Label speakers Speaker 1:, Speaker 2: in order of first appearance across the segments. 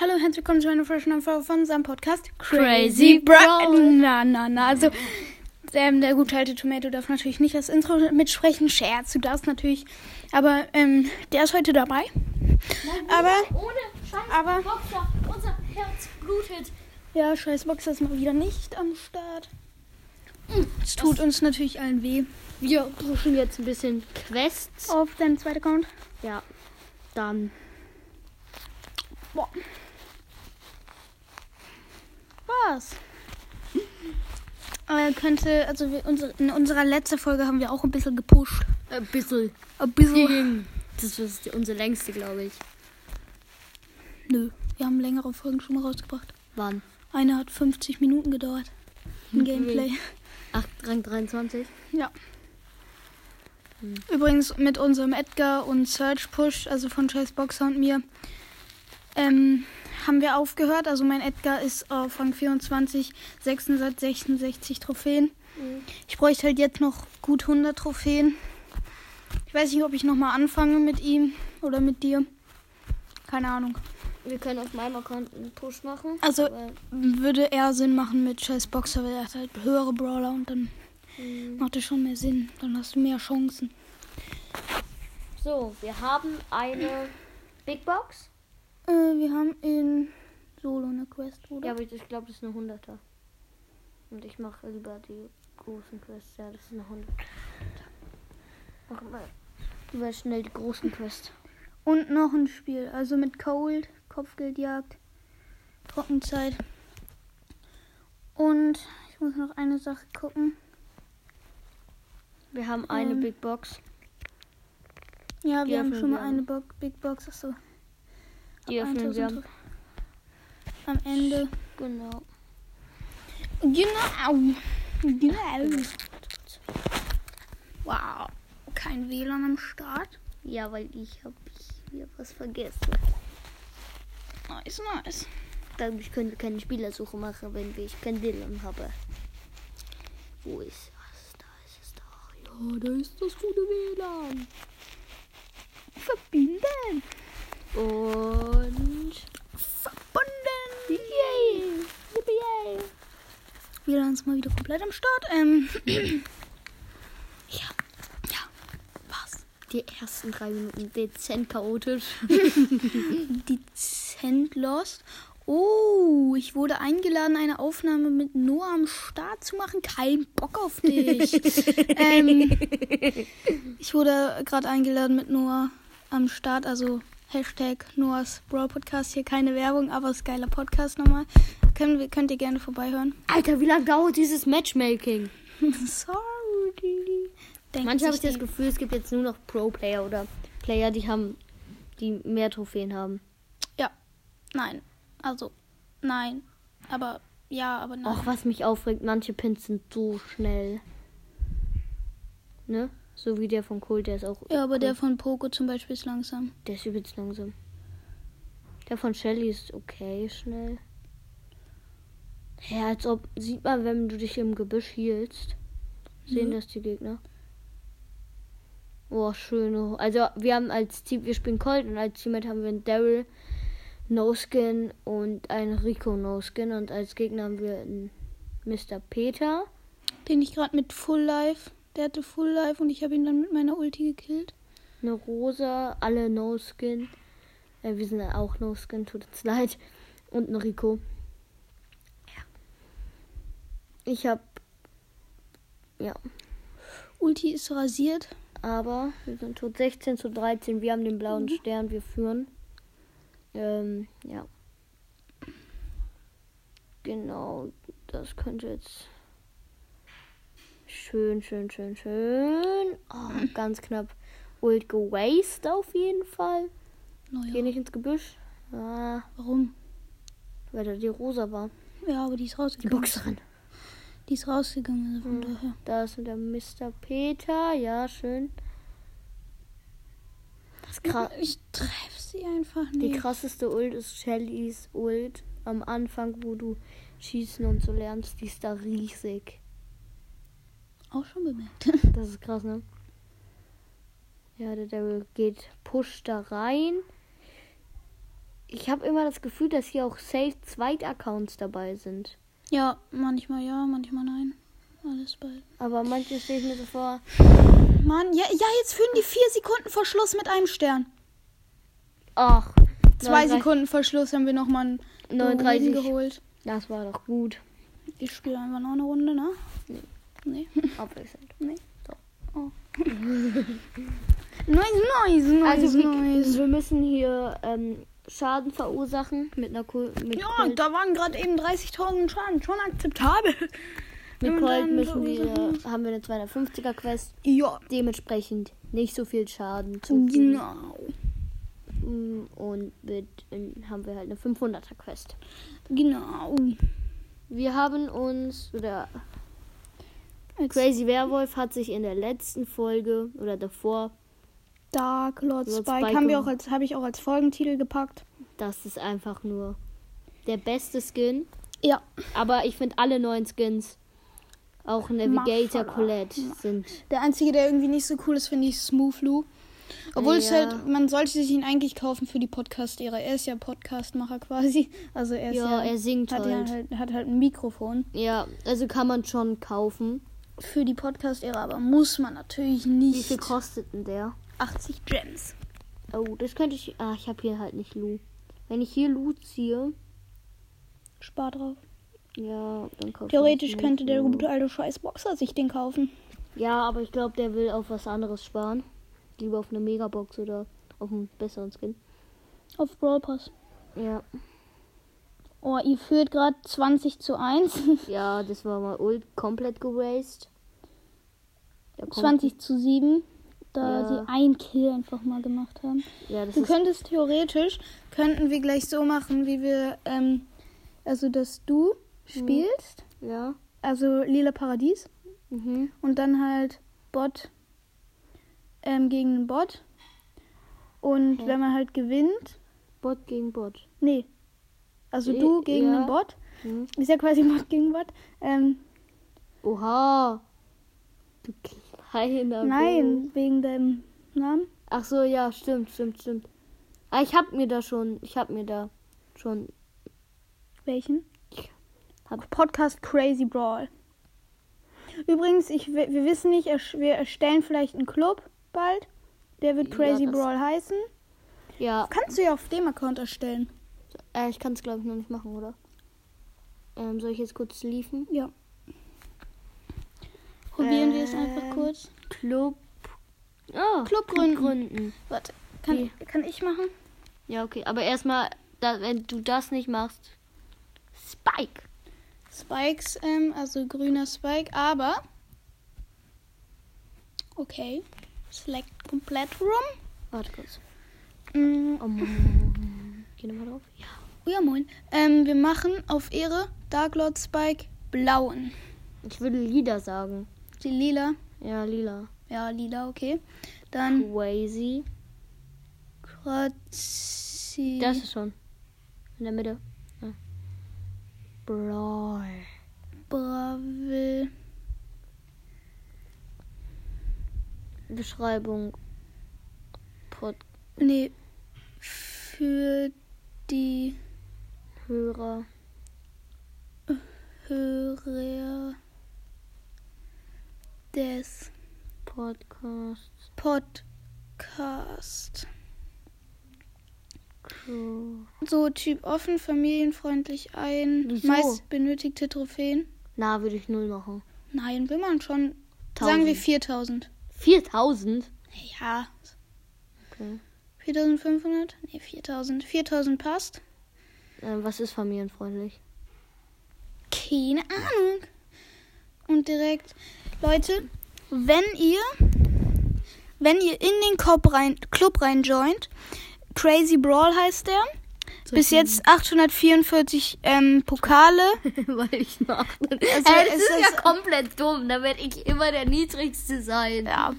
Speaker 1: Hallo und herzlich willkommen zu einer frischen Folge von unserem Podcast
Speaker 2: Crazy Brown.
Speaker 1: Na, na, na. Also, ähm, der gute alte Tomato darf natürlich nicht das Intro mitsprechen. Scherz, du darfst natürlich. Aber ähm, der ist heute dabei. Aber-
Speaker 2: Ohne Scheiß.
Speaker 1: aber-
Speaker 2: Boxer, unser Herz blutet.
Speaker 1: Ja, scheiß Boxer ist mal wieder nicht am Start. Es tut uns natürlich allen weh.
Speaker 2: Wir pushen jetzt ein bisschen Quests.
Speaker 1: Auf deinen zweiten Account.
Speaker 2: Ja. Dann.
Speaker 1: Boah. Was? Äh, könnte, also wir, unsere, in unserer letzten Folge haben wir auch ein bisschen gepusht.
Speaker 2: Ein bisschen.
Speaker 1: Ein bisschen.
Speaker 2: Das ist die- unsere längste, glaube ich.
Speaker 1: Nö, wir haben längere Folgen schon mal rausgebracht.
Speaker 2: Wann?
Speaker 1: Eine hat 50 Minuten gedauert. Ein Gameplay.
Speaker 2: Ach, Rang 23.
Speaker 1: Ja. Übrigens mit unserem Edgar und Search Push, also von Chase Boxer und mir, ähm, haben wir aufgehört. Also mein Edgar ist auf Rang 24 666 Trophäen. Ich bräuchte halt jetzt noch gut 100 Trophäen. Ich weiß nicht, ob ich nochmal anfange mit ihm oder mit dir. Keine Ahnung.
Speaker 2: Wir können auf meinem Account einen Push machen.
Speaker 1: Also-
Speaker 2: aber,
Speaker 1: Würde eher Sinn machen mit Chase Boxer, weil er hat halt höhere Brawler und dann
Speaker 2: mh,
Speaker 1: macht es schon mehr Sinn. Dann hast du mehr Chancen.
Speaker 2: so, wir haben eine Big Box.
Speaker 1: Äh, wir haben in Solo eine Quest, oder?
Speaker 2: Ja, aber ich, ich glaube, das ist eine 100er. Und ich mache lieber die großen Quests. Ja, das ist eine 100. Mach mal lieber schnell die großen Quests.
Speaker 1: Und noch ein Spiel, also mit Cold, Kopfgeldjagd, Trockenzeit. Und ich muss noch eine Sache gucken.
Speaker 2: Wir haben eine
Speaker 1: Ähm.
Speaker 2: Big Box.
Speaker 1: Ja, wir
Speaker 2: Die
Speaker 1: haben
Speaker 2: öffnen
Speaker 1: schon mal
Speaker 2: wir
Speaker 1: eine Bo Big Box, achso.
Speaker 2: Die öffnen wir.
Speaker 1: 1000 Am Ende.
Speaker 2: Genau.
Speaker 1: Genau. Genau. Wow. Kein WLAN am Start.
Speaker 2: Ja, weil ich habe hier was vergessen.
Speaker 1: Nice, nice.
Speaker 2: Dadurch können wir keine Spielersuche machen, wenn wir- ich keinen Dylan habe. Wo ist das? Da ist es doch. Ja, da ist das gute WLAN.
Speaker 1: Verbinden.
Speaker 2: Und.
Speaker 1: Verbunden.
Speaker 2: Yay! Yippie, yay!
Speaker 1: WLAN ist mal wieder komplett am Start. Ähm. ja. Ja. Was?
Speaker 2: Die ersten drei Minuten dezent chaotisch.
Speaker 1: Dezent lost. Oh, ich wurde eingeladen, eine Aufnahme mit Noah am Start zu machen. Kein Bock auf dich. ähm, ich wurde gerade eingeladen mit Noah am Start, also Hashtag Noahs Brawl Podcast. Hier keine Werbung, aber ist geiler Podcast nochmal. Können wir, könnt ihr gerne vorbeihören.
Speaker 2: Alter, wie lange dauert dieses Matchmaking?
Speaker 1: Sorry. Denkt
Speaker 2: Manchmal habe ich
Speaker 1: sich
Speaker 2: das Gefühl, es gibt jetzt nur noch Pro-Player oder Player, die haben, die mehr Trophäen haben.
Speaker 1: Ja, nein. Also, nein. Aber, ja, aber nein.
Speaker 2: Och, was mich aufregt, manche Pins sind so schnell. Ne? So wie der von Kohl, der ist auch.
Speaker 1: ja, aber der von Poco zum Beispiel ist langsam.
Speaker 2: Der ist übelst langsam. Der von Shelly ist okay, schnell. Ja, als ob. Sieht man, wenn du dich im Gebüsch hielst. Sehen
Speaker 1: Nö.
Speaker 2: das die Gegner. Oh, schön. oh. Also, wir haben als Team. Wir spielen Colt und als Teammate haben wir einen Daryl No Skin und einen Rico No Skin. Und als Gegner haben wir einen Mr. Peter.
Speaker 1: Den ich gerade mit Full Life. Der hatte Full Life und ich habe ihn dann mit meiner Ulti gekillt.
Speaker 2: eine Rosa, alle No Skin. Äh, wir sind auch No Skin, tut uns leid. Und ein Rico. Ja. Ich hab. Ja,
Speaker 1: Ulti ist rasiert.
Speaker 2: aber wir sind tot 16 zu 13. Wir haben den blauen Stern, wir führen. Ähm, ja. Genau, das könnte jetzt. Schön, schön, schön, schön. Oh, ganz knapp. Ult gewastet auf jeden Fall. Geh
Speaker 1: Naja,
Speaker 2: nicht ins Gebüsch. Ah,
Speaker 1: warum?
Speaker 2: weil da die Rosa war.
Speaker 1: Ja, aber die ist
Speaker 2: Die Mhm.
Speaker 1: rausgegangen.
Speaker 2: Boxerin.
Speaker 1: Die ist rausgegangen, also von daher.
Speaker 2: Da ist der Mr. Peter. Ja, schön. Das kra
Speaker 1: Ich treffe sie einfach
Speaker 2: die
Speaker 1: nicht.
Speaker 2: krasseste Ult ist Shellys Ult. Am Anfang, wo du schießen und so lernst, die ist da riesig.
Speaker 1: Auch schon bemerkt.
Speaker 2: Das ist krass, ne? Ja, der Daryl geht, pusht da rein. Ich habe immer das Gefühl, dass hier auch safe Zweit-Accounts dabei sind.
Speaker 1: Ja, manchmal ja, manchmal nein. Alles bald.
Speaker 2: Aber manche stelle ich mir so vor.
Speaker 1: Mann, ja, ja, jetzt führen die vier Sekunden Verschluss mit einem Stern.
Speaker 2: Ach.
Speaker 1: Zwei
Speaker 2: 39
Speaker 1: Sekunden Verschluss haben wir nochmal einen
Speaker 2: 39.
Speaker 1: Runden geholt.
Speaker 2: Das war doch gut.
Speaker 1: Ich spiele einfach noch eine Runde, ne? Nee. Nee.
Speaker 2: Abwechselnd.
Speaker 1: nee. Nice, nice, nice,
Speaker 2: Also wir,
Speaker 1: nice.
Speaker 2: wir müssen hier ähm, Schaden verursachen mit einer Kohl. Mit
Speaker 1: Ja,
Speaker 2: Colt,
Speaker 1: da waren gerade eben 30.000 Schaden. Schon akzeptabel. wenn
Speaker 2: mit
Speaker 1: man
Speaker 2: Colt
Speaker 1: dann
Speaker 2: müssen wir,
Speaker 1: verursachen
Speaker 2: haben wir eine 250er Quest.
Speaker 1: Ja,
Speaker 2: Dementsprechend nicht so viel Schaden. Zu tun.
Speaker 1: genau.
Speaker 2: Mm, Und mit ähm, haben wir halt eine 500er Quest.
Speaker 1: Genau.
Speaker 2: Wir haben uns oder
Speaker 1: Jetzt
Speaker 2: Crazy Werwolf hat sich in der letzten Folge oder davor,
Speaker 1: Dark Lord,
Speaker 2: Lord
Speaker 1: Spike,
Speaker 2: Spike
Speaker 1: haben wir
Speaker 2: und-
Speaker 1: auch als habe ich auch als Folgentitel gepackt.
Speaker 2: das ist einfach nur der beste Skin.
Speaker 1: Ja.
Speaker 2: Aber ich finde alle neuen Skins, auch
Speaker 1: Marshaller.
Speaker 2: Navigator Colette, sind
Speaker 1: Der einzige, der irgendwie nicht so cool ist, finde ich Smooth Lou. Obwohl es
Speaker 2: Ja.
Speaker 1: halt, man sollte sich ihn eigentlich kaufen für die Podcast-Ära. Er ist ja Podcastmacher quasi. Also er ist
Speaker 2: Ja,
Speaker 1: ja,
Speaker 2: er singt
Speaker 1: hat,
Speaker 2: halt.
Speaker 1: Ja halt, hat halt ein Mikrofon
Speaker 2: Ja, also kann man schon kaufen.
Speaker 1: für die Podcast-Ära, aber muss man natürlich
Speaker 2: Wie
Speaker 1: nicht.
Speaker 2: viel kostet denn der?
Speaker 1: 80 Gems.
Speaker 2: Oh, das könnte ich. Ah, ich habe hier halt nicht Lu. Wenn ich hier Lu ziehe,
Speaker 1: Spar drauf.
Speaker 2: ja, dann kaufe ich.
Speaker 1: Theoretisch
Speaker 2: nicht
Speaker 1: könnte der
Speaker 2: Lu.
Speaker 1: gute alte Scheißboxer sich den kaufen.
Speaker 2: Ja, aber ich glaube, der will auf was anderes sparen. Lieber auf eine Megabox oder auf einen besseren Skin.
Speaker 1: Auf Brawl Pass.
Speaker 2: Ja.
Speaker 1: Oh, ihr führt gerade 20 zu 1.
Speaker 2: Ja, das war mal ult komplett gewastet. Da kommt-
Speaker 1: 20 zu 7. Da
Speaker 2: Ja.
Speaker 1: sie ein Kill einfach mal gemacht haben.
Speaker 2: Ja, das
Speaker 1: Du
Speaker 2: ist.
Speaker 1: könntest theoretisch, könnten wir gleich so machen, wie wir, ähm, also dass du spielst,
Speaker 2: Ja.
Speaker 1: also Lila Paradies
Speaker 2: Mhm.
Speaker 1: und dann halt Bot ähm, gegen den Bot. Und wenn man halt gewinnt,
Speaker 2: Bot gegen Bot.
Speaker 1: nee, also
Speaker 2: Äh,
Speaker 1: du gegen
Speaker 2: ja.
Speaker 1: den Bot,
Speaker 2: Mhm.
Speaker 1: ist ja quasi Bot gegen Bot. Ähm,
Speaker 2: Oha. Du kleiner. Bub.
Speaker 1: nein, wegen deinem Namen.
Speaker 2: Ach so, ja, stimmt, stimmt, stimmt. Ah, ich hab mir da schon, ich hab mir da schon,
Speaker 1: Welchen?
Speaker 2: Hab-
Speaker 1: Podcast Crazy Brawl. Übrigens, ich, wi- wir wissen nicht, ersch- wir erstellen vielleicht einen Club bald. Der wird
Speaker 2: Ja,
Speaker 1: Crazy
Speaker 2: das-
Speaker 1: Brawl heißen.
Speaker 2: ja,
Speaker 1: Kannst du ja auf dem Account erstellen.
Speaker 2: äh, ich kann es glaube ich noch nicht machen, oder? Ähm, soll ich jetzt kurz liefen?
Speaker 1: Ja. Probieren wir es einfach
Speaker 2: Ähm.
Speaker 1: kurz.
Speaker 2: Club. Ah,
Speaker 1: Club gründen.
Speaker 2: gründen.
Speaker 1: Warte, kann,
Speaker 2: Wie?
Speaker 1: kann ich machen?
Speaker 2: Ja, okay, aber erstmal, da, wenn du das nicht machst, Spike.
Speaker 1: Spikes, ähm, also grüner Spike, aber. Okay. Select komplett room.
Speaker 2: Warte kurz.
Speaker 1: Mm,
Speaker 2: Oh Mann. Geh nochmal drauf. Ja.
Speaker 1: Oh ja, moin. Ähm, wir machen auf Ehre Dark Lord Spike blauen.
Speaker 2: Ich würde Lieder sagen.
Speaker 1: Die lila.
Speaker 2: Ja, Lila.
Speaker 1: Ja, lila, okay. Dann
Speaker 2: Crazy.
Speaker 1: Kratzi.
Speaker 2: Das ist schon. In der Mitte. Ja. Brawl.
Speaker 1: Bravel.
Speaker 2: Beschreibung. Podhörer.
Speaker 1: Nee. Für die Hörer des
Speaker 2: Podcast.
Speaker 1: Podcast.
Speaker 2: Crew.
Speaker 1: So, Typ offen, familienfreundlich ein.
Speaker 2: Wieso?
Speaker 1: Meist benötigte Trophäen.
Speaker 2: Na, würde ich null machen.
Speaker 1: Nein, will man schon. Sagen wir
Speaker 2: 1000.
Speaker 1: 4000.
Speaker 2: 4000?
Speaker 1: Ja,
Speaker 2: Okay.
Speaker 1: 4500? Ne, 4000. 4000 passt?
Speaker 2: Ähm, was ist familienfreundlich?
Speaker 1: Keine Ahnung. Und direkt, Leute, wenn ihr, wenn ihr in den Club rein, Club rein joint, Crazy Brawl heißt der, bis jetzt 844 ähm, Pokale. Äh,
Speaker 2: Weil ich nach. Also,
Speaker 1: es
Speaker 2: das ist,
Speaker 1: ist-
Speaker 2: ja komplett dumm. Da werde ich immer der Niedrigste sein.
Speaker 1: Ja,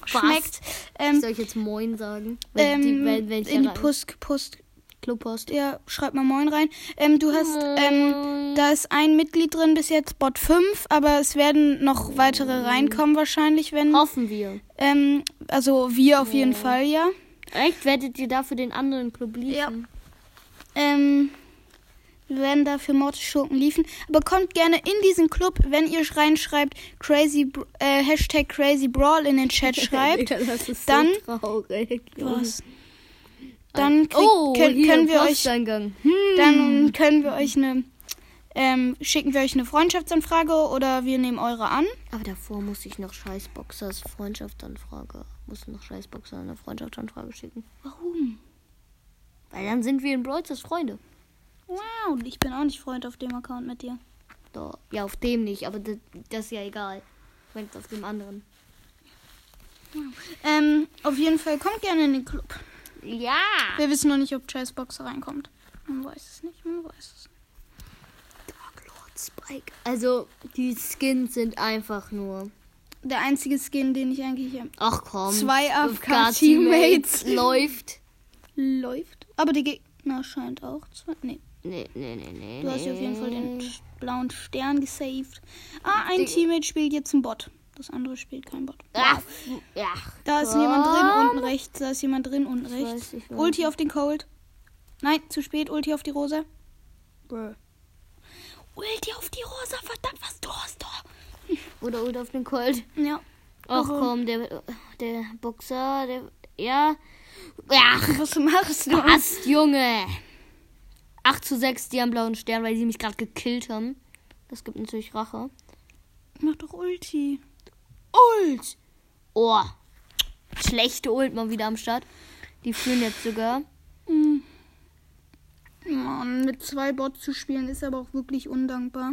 Speaker 2: Was?
Speaker 1: schmeckt. Ähm,
Speaker 2: Soll ich jetzt Moin sagen?
Speaker 1: ähm,
Speaker 2: Wenn die- wenn- wenn ich
Speaker 1: in die
Speaker 2: da rein-
Speaker 1: Post, Post,
Speaker 2: Clubpost.
Speaker 1: ja, schreib mal Moin rein. Ähm, du hast, ähm, Da ist ein Mitglied drin bis jetzt, Bot 5, aber es werden noch weitere reinkommen wahrscheinlich, wenn.
Speaker 2: Hoffen wir.
Speaker 1: Ähm, also wir auf jeden Fall, ja.
Speaker 2: Echt? Werdet ihr dafür den anderen Club liefern?
Speaker 1: Ähm, wir werden dafür Mordschurken liefern. Aber kommt gerne in diesen Club, wenn ihr reinschreibt, crazy, Br- äh, Hashtag crazy Brawl in den Chat schreibt.
Speaker 2: Digga, das ist
Speaker 1: dann-
Speaker 2: so traurig.
Speaker 1: Was? Dann krieg,
Speaker 2: oh,
Speaker 1: können,
Speaker 2: hier
Speaker 1: können wir euch,
Speaker 2: Posteingang. Hm.
Speaker 1: dann können wir euch eine, ähm, schicken wir euch eine Freundschaftsanfrage oder wir nehmen eure an.
Speaker 2: Aber davor muss ich noch Scheißboxers Freundschaftsanfrage. Muss noch Scheißboxer eine Freundschaftsanfrage schicken.
Speaker 1: Warum?
Speaker 2: Weil dann sind wir in Brawlers Freunde.
Speaker 1: Wow, ich bin auch nicht Freund auf dem Account mit dir.
Speaker 2: Da, ja, auf dem nicht, aber das, das ist ja egal. Wenn es auf dem anderen.
Speaker 1: Ähm, auf jeden Fall kommt gerne in den Club.
Speaker 2: Ja!
Speaker 1: Wir wissen noch nicht, ob Chessbox reinkommt. Man weiß es nicht, man weiß es nicht.
Speaker 2: Dark Lord Spike. Also, die Skins sind einfach nur.
Speaker 1: Der einzige Skin, den ich eigentlich hier
Speaker 2: Ach komm.
Speaker 1: Zwei
Speaker 2: AFK
Speaker 1: AFK-Teammates.
Speaker 2: Läuft.
Speaker 1: läuft. Aber der Gegner scheint auch zu. Nee,
Speaker 2: Nee, nee, nee, nee.
Speaker 1: du hast
Speaker 2: nee.
Speaker 1: auf jeden Fall den sch- blauen Stern gesaved. Ah, ein
Speaker 2: Die-
Speaker 1: Teammate spielt jetzt einen Bot. Das andere spielt kein Bot.
Speaker 2: Ach, ach.
Speaker 1: Da ist
Speaker 2: komm.
Speaker 1: jemand drin, unten rechts. Da ist jemand drin, unten rechts.
Speaker 2: weiß, ich weiß.
Speaker 1: Ulti auf den Cold. Nein, zu spät. Ulti auf die Rosa. Ulti auf die Rosa. Verdammt, was du hast da.
Speaker 2: Oder, oder auf den Colt.
Speaker 1: Ja.
Speaker 2: Ach
Speaker 1: Aber-
Speaker 2: komm, der, der Boxer, der. Ja. Ach,
Speaker 1: Was machst du?
Speaker 2: was, Junge? 8 zu 6, die haben blauen Stern, weil sie mich gerade gekillt haben. Das gibt natürlich Rache.
Speaker 1: Mach doch Ulti.
Speaker 2: Ult! Oh. Schlechte Ult mal wieder am Start. Die führen jetzt sogar.
Speaker 1: Mhm. Mann, mit zwei Bots zu spielen ist aber auch wirklich undankbar.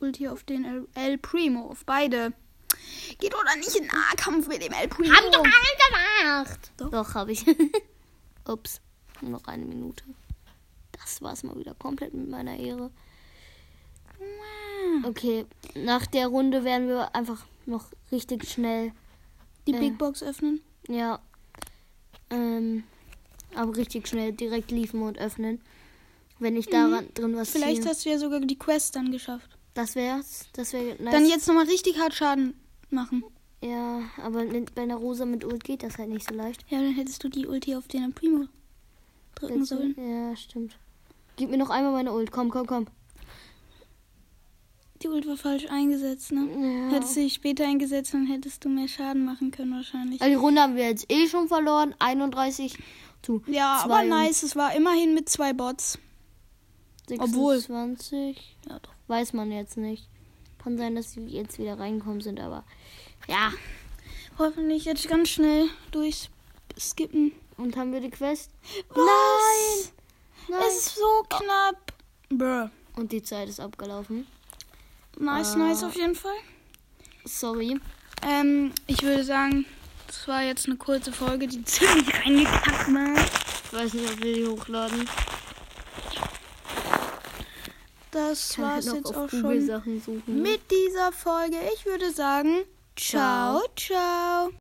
Speaker 1: Ulti auf den El, El Primo, auf beide. Geht oder nicht in Nahkampf mit dem El Primo?
Speaker 2: alle gemacht!
Speaker 1: Doch.
Speaker 2: Doch, habe ich. Ups, nur noch eine Minute. Das war's mal wieder komplett mit meiner Ehre. Okay, nach der Runde werden wir einfach noch richtig schnell.
Speaker 1: Die
Speaker 2: Äh.
Speaker 1: Big Box öffnen.
Speaker 2: Ja. Ähm, aber richtig schnell direkt liefen und öffnen. Wenn ich daran drin was
Speaker 1: Mhm. Vielleicht
Speaker 2: ziehe.
Speaker 1: hast du ja sogar die Quest dann geschafft.
Speaker 2: Das wär's. Das wäre nice.
Speaker 1: Dann jetzt nochmal richtig hart Schaden machen.
Speaker 2: Ja, aber mit, bei einer Rosa mit Ult geht das halt nicht so leicht.
Speaker 1: Ja, dann hättest du die Ulti auf den El Primo drücken
Speaker 2: Willst du-
Speaker 1: sollen.
Speaker 2: Ja, stimmt. Gib mir noch einmal meine Ult. Komm, komm, komm.
Speaker 1: Die Ult war falsch eingesetzt, ne?
Speaker 2: Ja.
Speaker 1: Hättest du die später eingesetzt, dann hättest du mehr Schaden machen können wahrscheinlich.
Speaker 2: Also die Runde haben wir jetzt eh schon verloren. 31 zu
Speaker 1: Ja, aber
Speaker 2: Zwei-
Speaker 1: nice, es war immerhin mit zwei Bots. Obwohl.
Speaker 2: 26.
Speaker 1: Ja, doch.
Speaker 2: Weiß man jetzt nicht. Kann sein, dass sie jetzt wieder reingekommen sind, aber ja.
Speaker 1: Hoffentlich jetzt ganz schnell durchskippen.
Speaker 2: Und haben wir die Quest?
Speaker 1: Was?
Speaker 2: Nein.
Speaker 1: Es ist so knapp. Bruh.
Speaker 2: Und die Zeit ist abgelaufen.
Speaker 1: Nice,
Speaker 2: Ah.
Speaker 1: nice auf jeden Fall.
Speaker 2: Sorry.
Speaker 1: Ähm, ich würde sagen, das war jetzt eine kurze Folge, die ziemlich reingekackt war.
Speaker 2: Ich weiß nicht, ob wir die hochladen.
Speaker 1: Das
Speaker 2: Kann halt
Speaker 1: war's
Speaker 2: noch
Speaker 1: jetzt
Speaker 2: auf
Speaker 1: auch
Speaker 2: Google
Speaker 1: schon
Speaker 2: Sachen suchen.
Speaker 1: mit dieser Folge. Ich würde sagen, ciao, ciao.